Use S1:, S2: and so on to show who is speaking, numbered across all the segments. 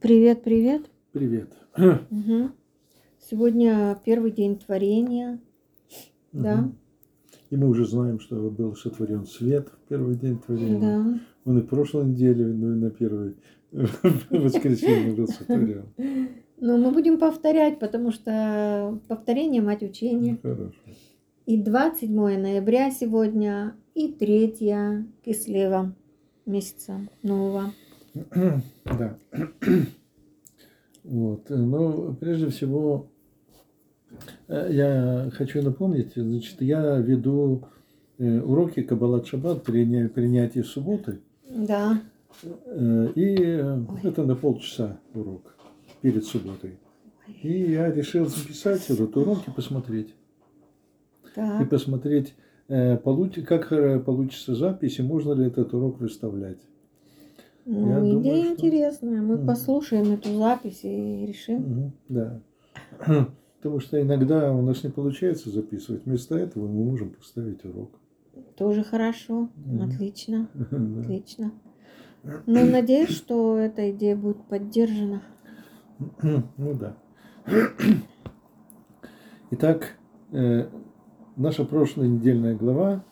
S1: Привет, привет.
S2: Привет.
S1: Мгм. Сегодня первый день творения. Да.
S2: Мгм. И мы уже знаем, что был сотворен свет в первый день творения.
S1: Да.
S2: Он и в прошлой неделе, но и на первой воскресенье был сотворен.
S1: Но мы будем повторять, потому что повторение мать учения.
S2: Хорошо.
S1: И 27 ноября сегодня, и 3 кислева месяца нового.
S2: Да. Вот. Но прежде всего э, я хочу напомнить, значит, я веду э, уроки Каббалат Шаббат, приня- принятие субботы.
S1: Да.
S2: Э, И э, это на полчаса урок перед субботой. И я решил записать этот урок и посмотреть. И
S1: Так.
S2: посмотреть, э, получ- как э, получится запись и можно ли этот урок выставлять.
S1: Ну,
S2: я думаю,
S1: идея
S2: что-
S1: интересная. Мы
S2: Мгм.
S1: послушаем эту запись и решим.
S2: Мгм, Да. Потому что иногда у нас не получается записывать. Вместо этого мы можем поставить урок.
S1: Тоже хорошо.
S2: Мгм.
S1: Отлично.
S2: Да.
S1: Отлично. Ну, надеюсь, что эта идея будет поддержана.
S2: Ну да. Итак, э, наша прошлая недельная глава,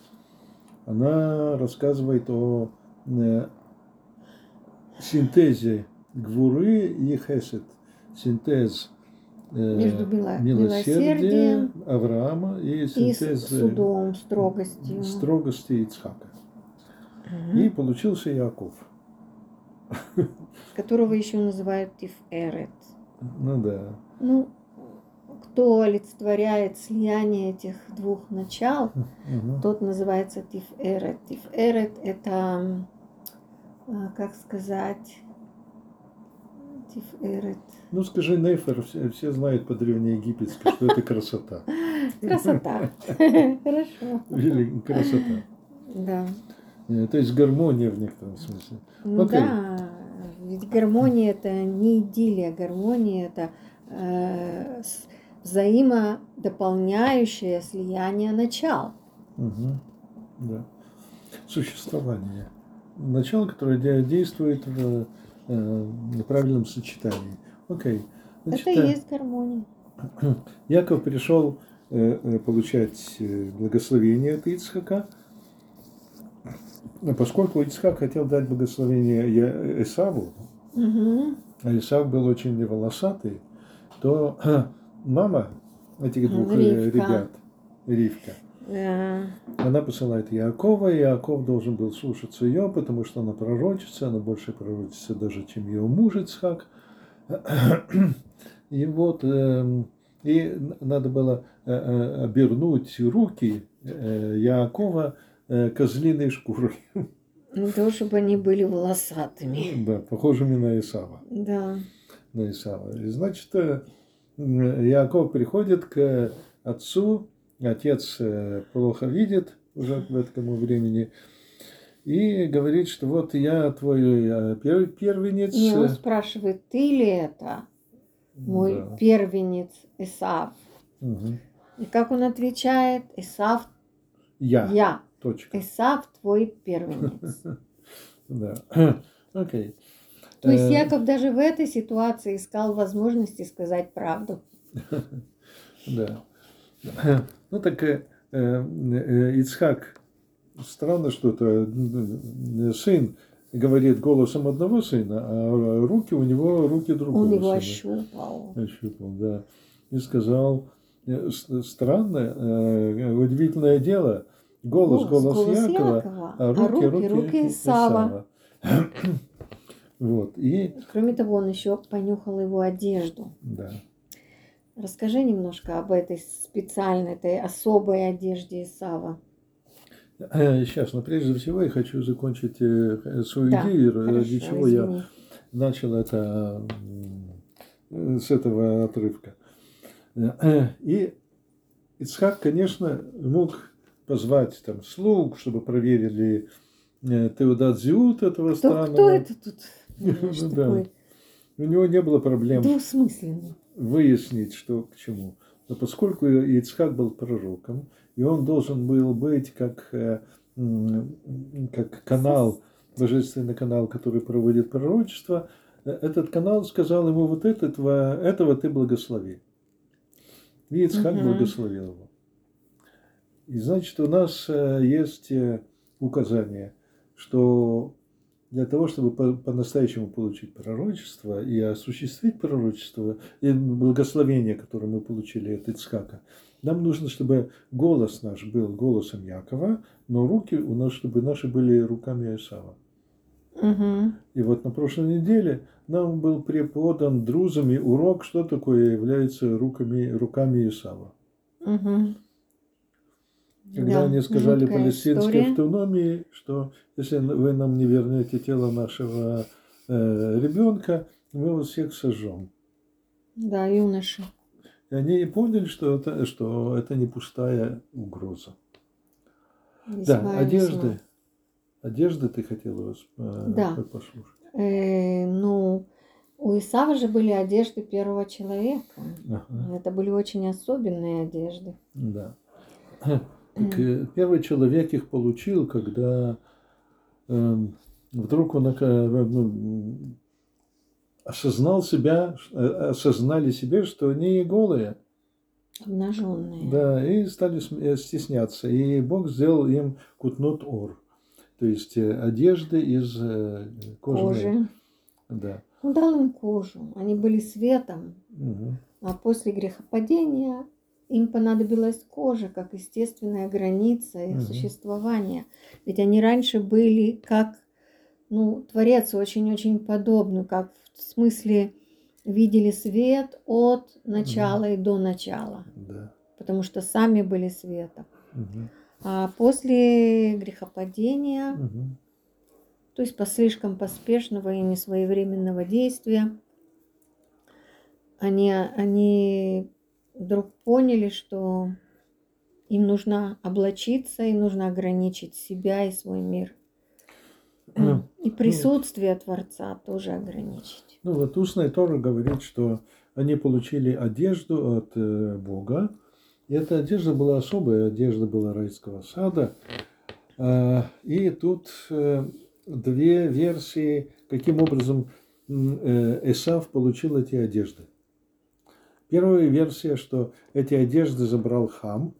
S2: она рассказывает о э, синтезе гвуры и хесед. Синтез э,
S1: Между мило-
S2: милосердия
S1: милосердием
S2: Авраама и
S1: И с
S2: синтез э,
S1: судом, строгостью.
S2: строгости Ицхака.
S1: Мгм.
S2: И получился Яков.
S1: Которого еще называют Тиф-Эрет.
S2: Ну да.
S1: Ну, кто олицетворяет слияние этих двух начал,
S2: Мгм.
S1: тот называется Тиф-Эрет. Тиф-Эрет – это, а, как сказать, Тиф-Эрет.
S2: Ну скажи, Нефер, все, все знают по древнеегипетски, что это красота.
S1: Красота. Хорошо.
S2: Вели- Красота.
S1: Да.
S2: Э, То есть гармония в некотором смысле.
S1: Ну
S2: Окей.
S1: да, ведь гармония это не идиллия, гармония это э, с- взаимодополняющее слияние начал.
S2: Мгм. Да. Существование. Начало, которое де- действует в э, неправильном сочетании. Окей. Значит,
S1: это и
S2: э,
S1: есть гармония.
S2: Яков пришел э, э, получать э, благословение от Ицхака, Но поскольку Ицхак хотел дать благословение Я- Эсаву,
S1: Мгм.
S2: а Исав был очень волосатый, то мама этих двух э,
S1: Ривка.
S2: ребят, Ривка,
S1: Да.
S2: она посылает Иакова, и Иаков должен был слушаться ее, потому что она пророчится, она больше пророчится даже, чем ее муж Ицхак. И вот, эм, и н- надо было э, э, обернуть руки э, Иакова э, козлиной шкурой,
S1: Ну, то, чтобы они были волосатыми.
S2: да, похожими на Исава.
S1: Да.
S2: на Исава. И значит, э, м, Иаков приходит к отцу, отец э, плохо видит уже к этому времени, и говорит, что вот я твой э, пер- первенец.
S1: И он
S2: э,
S1: спрашивает, ты ли это мой
S2: да.
S1: первенец Исав?
S2: Мгм.
S1: И как он отвечает, Исав,
S2: Я.
S1: я,
S2: Точка.
S1: Исав твой первенец.
S2: Да. Окей.
S1: То есть
S2: Э,
S1: Яков даже в этой ситуации искал возможности сказать правду.
S2: Да. Ну так э, э, э, Ицхак, странно, что это э, э, сын говорит голосом одного сына, а руки у него руки другого
S1: Он его
S2: сына.
S1: ощупал.
S2: Ощупал, да. И сказал, э, с- странно, э, удивительное дело, голос, голос, Якова, а руки, руки,
S1: Исава.
S2: Исава. Вот, и,
S1: Кроме того, он еще понюхал его одежду.
S2: да.
S1: Расскажи немножко об этой специальной, этой особой одежде
S2: Э,
S1: Исава.
S2: Сейчас, А, но прежде всего я хочу закончить э, свою
S1: Да,
S2: идею,
S1: Хорошо,
S2: ради чего я
S1: извини.
S2: начал это м, с этого отрывка. Э, И Ицхак, конечно, мог позвать там слуг, чтобы проверили э, Теодат Зиут этого
S1: Кто,
S2: странного.
S1: кто это тут?
S2: Ну
S1: Что
S2: да.
S1: такое?
S2: У него не было проблем
S1: Двусмысленный.
S2: выяснить, что к чему. Но поскольку Ицхак был пророком, и он должен был быть как, э, м, как канал, божественный канал, который проводит пророчество, э, э, этот канал сказал ему вот этого, этого ты благослови. И Ицхак
S1: Мгм.
S2: благословил его. И значит, у нас э, есть э, указание, что для того, чтобы по- по-настоящему получить пророчество и осуществить пророчество, и благословение, которое мы получили от Ицхака, нам нужно, чтобы голос наш был голосом Якова, но руки у нас, чтобы наши были руками Исава.
S1: Мгм.
S2: И вот на прошлой неделе нам был преподан друзами урок, что такое является руками, руками Исава.
S1: Мгм. Да,
S2: Когда они сказали
S1: жуткая
S2: палестинской
S1: история.
S2: автономии, что если вы нам не вернете тело нашего э, ребенка, мы вас всех сожжем.
S1: Да, юноши.
S2: И они поняли, что это, что это не пустая угроза. да,
S1: Весьма,
S2: одежды.
S1: весьма.
S2: Одежды ты хотела вас э,
S1: Да.
S2: по- послушать.
S1: Э, ну, у Исава же были одежды первого человека.
S2: Ага,
S1: Это были очень особенные одежды.
S2: Да. Так, э, Первый человек их получил, когда эм, вдруг он ока- э, ну, осознал себя, э, осознали себе, что они голые.
S1: Обнаженные.
S2: Да, и стали см- э, стесняться. И Бог сделал им кутнот ор, то есть э, одежды из э, кожаной.
S1: Кожи.
S2: Да.
S1: Он дал им кожу. Они были светом.
S2: Мгм.
S1: А после грехопадения им понадобилась кожа как естественная граница их
S2: Мгм.
S1: существования. Ведь они раньше были как, ну, Творец очень-очень подобны, как в смысле видели свет от начала и до начала,
S2: Да.
S1: потому что сами были светом.
S2: Мгм.
S1: А после грехопадения,
S2: Мгм.
S1: то есть по слишком поспешного и несвоевременного действия, они, они вдруг поняли, что им нужно облачиться, им нужно ограничить себя и свой мир.
S2: Ну,
S1: И присутствие Творца тоже ограничить.
S2: Ну вот устная Тора говорит, что они получили одежду от э, Бога. И эта одежда была особая, одежда была райского сада. А, И тут э, две версии, каким образом м, э, Эсав получил эти одежды. Первая версия, что эти одежды забрал Хам.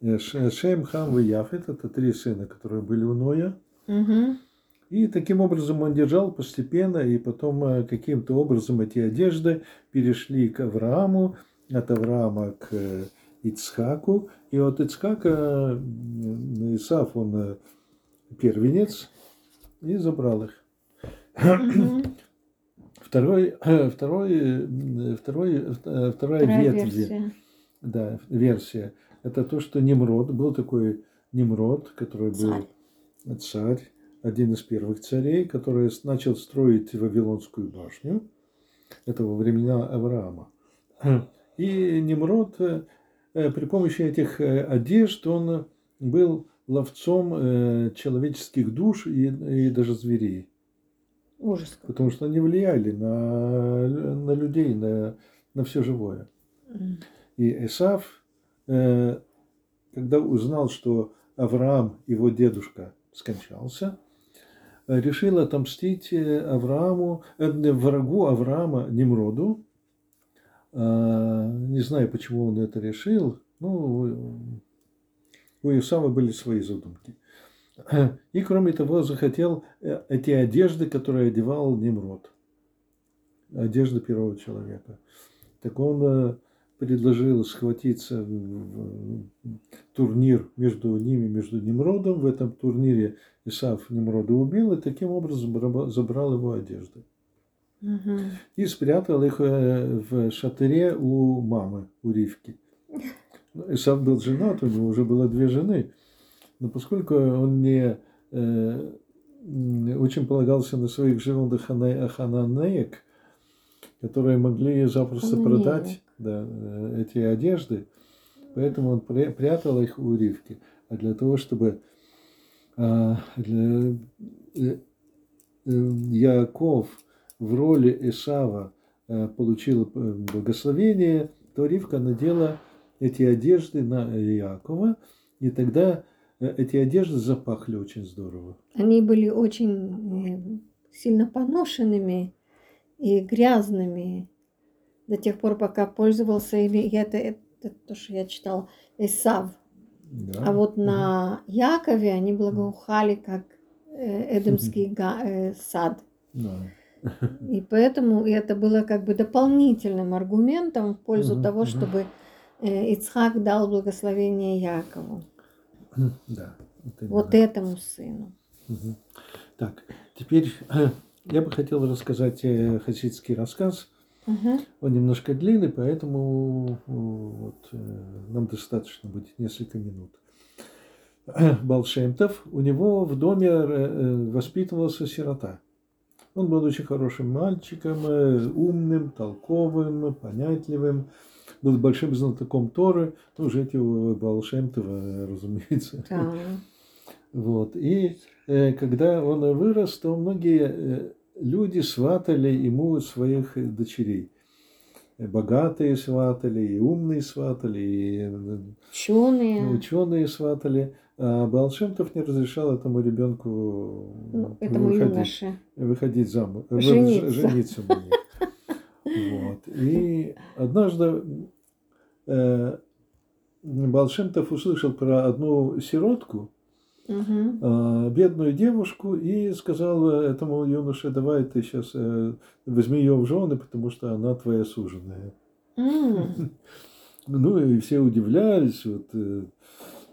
S2: Э, Ше- Шем, Хам и Яфет, это три сына, которые были у Ноя.
S1: Мгм.
S2: И таким образом он держал постепенно, и потом э, каким-то образом эти одежды перешли к Аврааму, от Авраама к э, Ицхаку, и от Ицхака э, м, Исаф, он э, первенец, и забрал их.
S1: Мгм.
S2: Второй, второй, э, второй, э, вторая
S1: Вторая
S2: ветвь,
S1: версия.
S2: да, версия, это то, что Немрод, был такой Немрод, который был
S1: Царь.
S2: царь, один из первых царей, который с- начал строить Вавилонскую башню. Это во времена Авраама. И Немрод э, э, при помощи этих э, одежд, он был ловцом э, человеческих душ и, и даже зверей.
S1: Ужас. какой.
S2: Потому что они влияли на, на людей, на, на все живое.
S1: Мгм.
S2: И Эсав, э, когда узнал, что Авраам, его дедушка, скончался, э, решил отомстить э, Аврааму, э, врагу Авраама Немроду. А, не знаю, почему он это решил. Ну, у Исава были свои задумки. И, кроме того, захотел э, эти одежды, которые одевал Немрод. Одежды первого человека. Так он э, предложил схватиться в- в в турнир между ними, между Немродом. В этом турнире Исаф Немрода убил и таким образом раба- забрал его одежды.
S1: Мгм.
S2: И спрятал их э, в шатыре у мамы, у Ривки. Ну, Исаф был женат, у него уже было две жены. Но Ну, поскольку он не э, м, очень полагался на своих жен хананеек, которые могли запросто
S1: Хананеек.
S2: продать да, э, эти одежды, поэтому он пря- прятал их у Ривки. А для того, чтобы а, для- э, э, Яаков в роли Исава э, получил э, благословение, то Ривка надела эти одежды на Иакова, и тогда э, эти одежды запахли очень здорово.
S1: Они были очень э, сильно поношенными, и грязными до тех пор, пока пользовался, или и это, это то, что я читала, Исав.
S2: Да.
S1: А вот на Якове они благоухали, как э, Эдемский га- э, сад.
S2: Мгм. Да.
S1: И поэтому это было как бы дополнительным аргументом в пользу
S2: Мгм,
S1: того,
S2: мгм.
S1: чтобы э, Ицхак дал благословение Якову,
S2: Да. именно.
S1: вот этому сыну.
S2: Мгм. Так, теперь э, я бы хотел рассказать э, хасидский рассказ.
S1: Мгм.
S2: Он немножко длинный, поэтому э, вот, э, нам достаточно будет несколько минут. Балшемтов, у него в доме э, э, воспитывался сирота. Он был очень хорошим мальчиком, э, умным, толковым, понятливым. Был большим знатоком Торы, Ну, тоже этого Балшемтова, разумеется.
S1: Да.
S2: Вот. И э, когда он вырос, то многие э, люди сватали ему своих э, дочерей. Э, Богатые сватали, и умные сватали, и э,
S1: Ученые.
S2: ученые сватали. А Балшемтов не разрешал этому ребенку
S1: Ну, этому
S2: выходить,
S1: юноше.
S2: выходить замуж, э,
S1: Жениться.
S2: ж- жениться на ней. Вот. И однажды э, Балшемтов услышал про одну сиротку,
S1: Мгм.
S2: а, бедную девушку и сказал э, этому юноше, давай ты сейчас возьми ее в жены, потому что она твоя суженая.
S1: М.
S2: Ну и все удивлялись, вот э,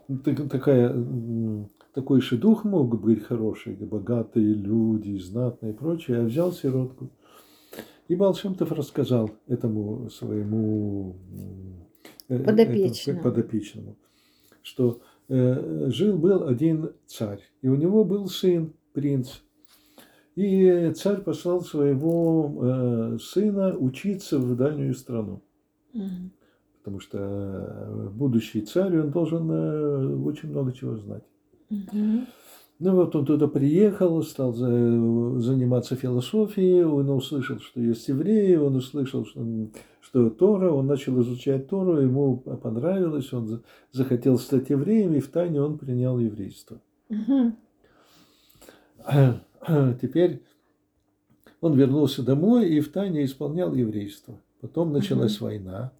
S2: ну, так- такая, м, такой же дух мог быть хороший, богатые люди, знатные и прочее, а взял сиротку. И Балшемтов рассказал этому своему м, э, этому
S1: Подопечному.
S2: подопечному, что э, жил-был один царь, и у него был сын, принц. И царь послал своего э, сына учиться в дальнюю страну.
S1: Мгм.
S2: Потому что э, будущий царь, он должен э, очень много чего знать.
S1: Мгм.
S2: Ну вот он туда приехал, стал за- заниматься философией, он услышал, что есть евреи, он услышал, что, что Тора, он начал изучать Тору, ему понравилось, он за- захотел стать евреем, и втайне он принял еврейство.
S1: Мгм.
S2: Теперь он вернулся домой и втайне исполнял еврейство. Потом началась война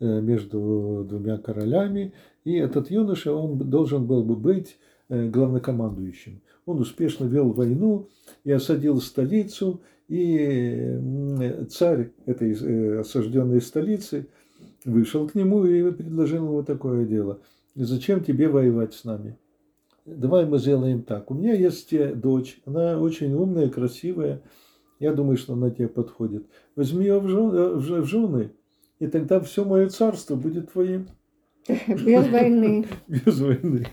S2: э, между двумя королями, и этот юноша, он б- должен был бы быть э, главнокомандующим. Он успешно вел войну и осадил столицу, и м, царь этой э, осажденной столицы вышел к нему и предложил ему такое дело. «Зачем тебе воевать с нами?» давай мы сделаем так. У меня есть э, дочь, она очень умная, красивая. Я думаю, что она тебе подходит. Возьми ее в жен- э, в ж- в жены, и тогда все мое царство будет твоим
S1: Без войны.
S2: без войны.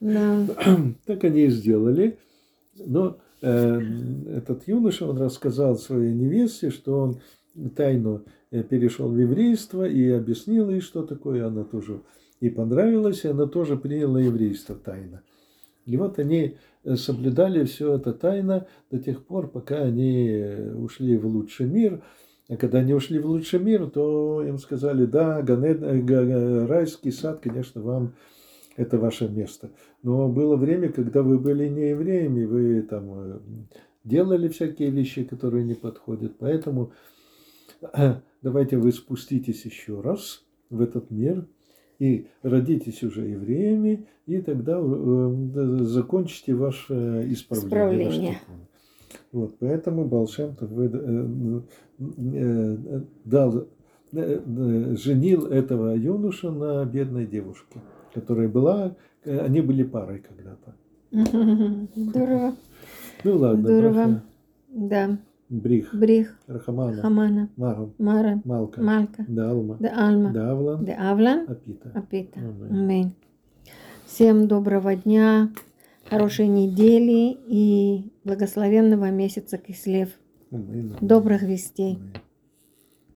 S1: Да.
S2: Так они и сделали. Но э, этот юноша, он рассказал своей невесте, что он тайно э, перешел в еврейство и объяснил ей, что такое. Она тоже и понравилась, и она тоже приняла еврейство тайно. И вот они э, соблюдали все это тайно до тех пор, пока они э, ушли в лучший мир. А когда они ушли в лучший мир, то им сказали, да, Ганед- э, Га- Га- райский сад, конечно, вам это ваше место. Но было время, когда вы были не евреями, вы там э, делали всякие вещи, которые не подходят. Поэтому давайте вы спуститесь еще раз в этот мир и родитесь уже евреями, и тогда э, закончите ваше исправление. ваш
S1: Исправление.
S2: тикун. Вот, поэтому Балшемтов э, дал, э, э, женил этого юноша на бедной девушке, которая была, э, они были парой когда-то.
S1: Мгм. Здорово.
S2: Ну ладно,
S1: Здорово.
S2: Браха,
S1: Да.
S2: Брих,
S1: Брих,
S2: Рахамана,
S1: Хамана,
S2: Марам,
S1: Мара,
S2: Малка,
S1: Малька,
S2: Далма,
S1: Де Альма,
S2: Давлан,
S1: Де Авлан,
S2: Апита.
S1: Апита.
S2: Аминь.
S1: Аминь. Всем доброго дня, хорошей недели и благословенного месяца Кислев.
S2: Аминь.
S1: Добрых вестей.
S2: Аминь.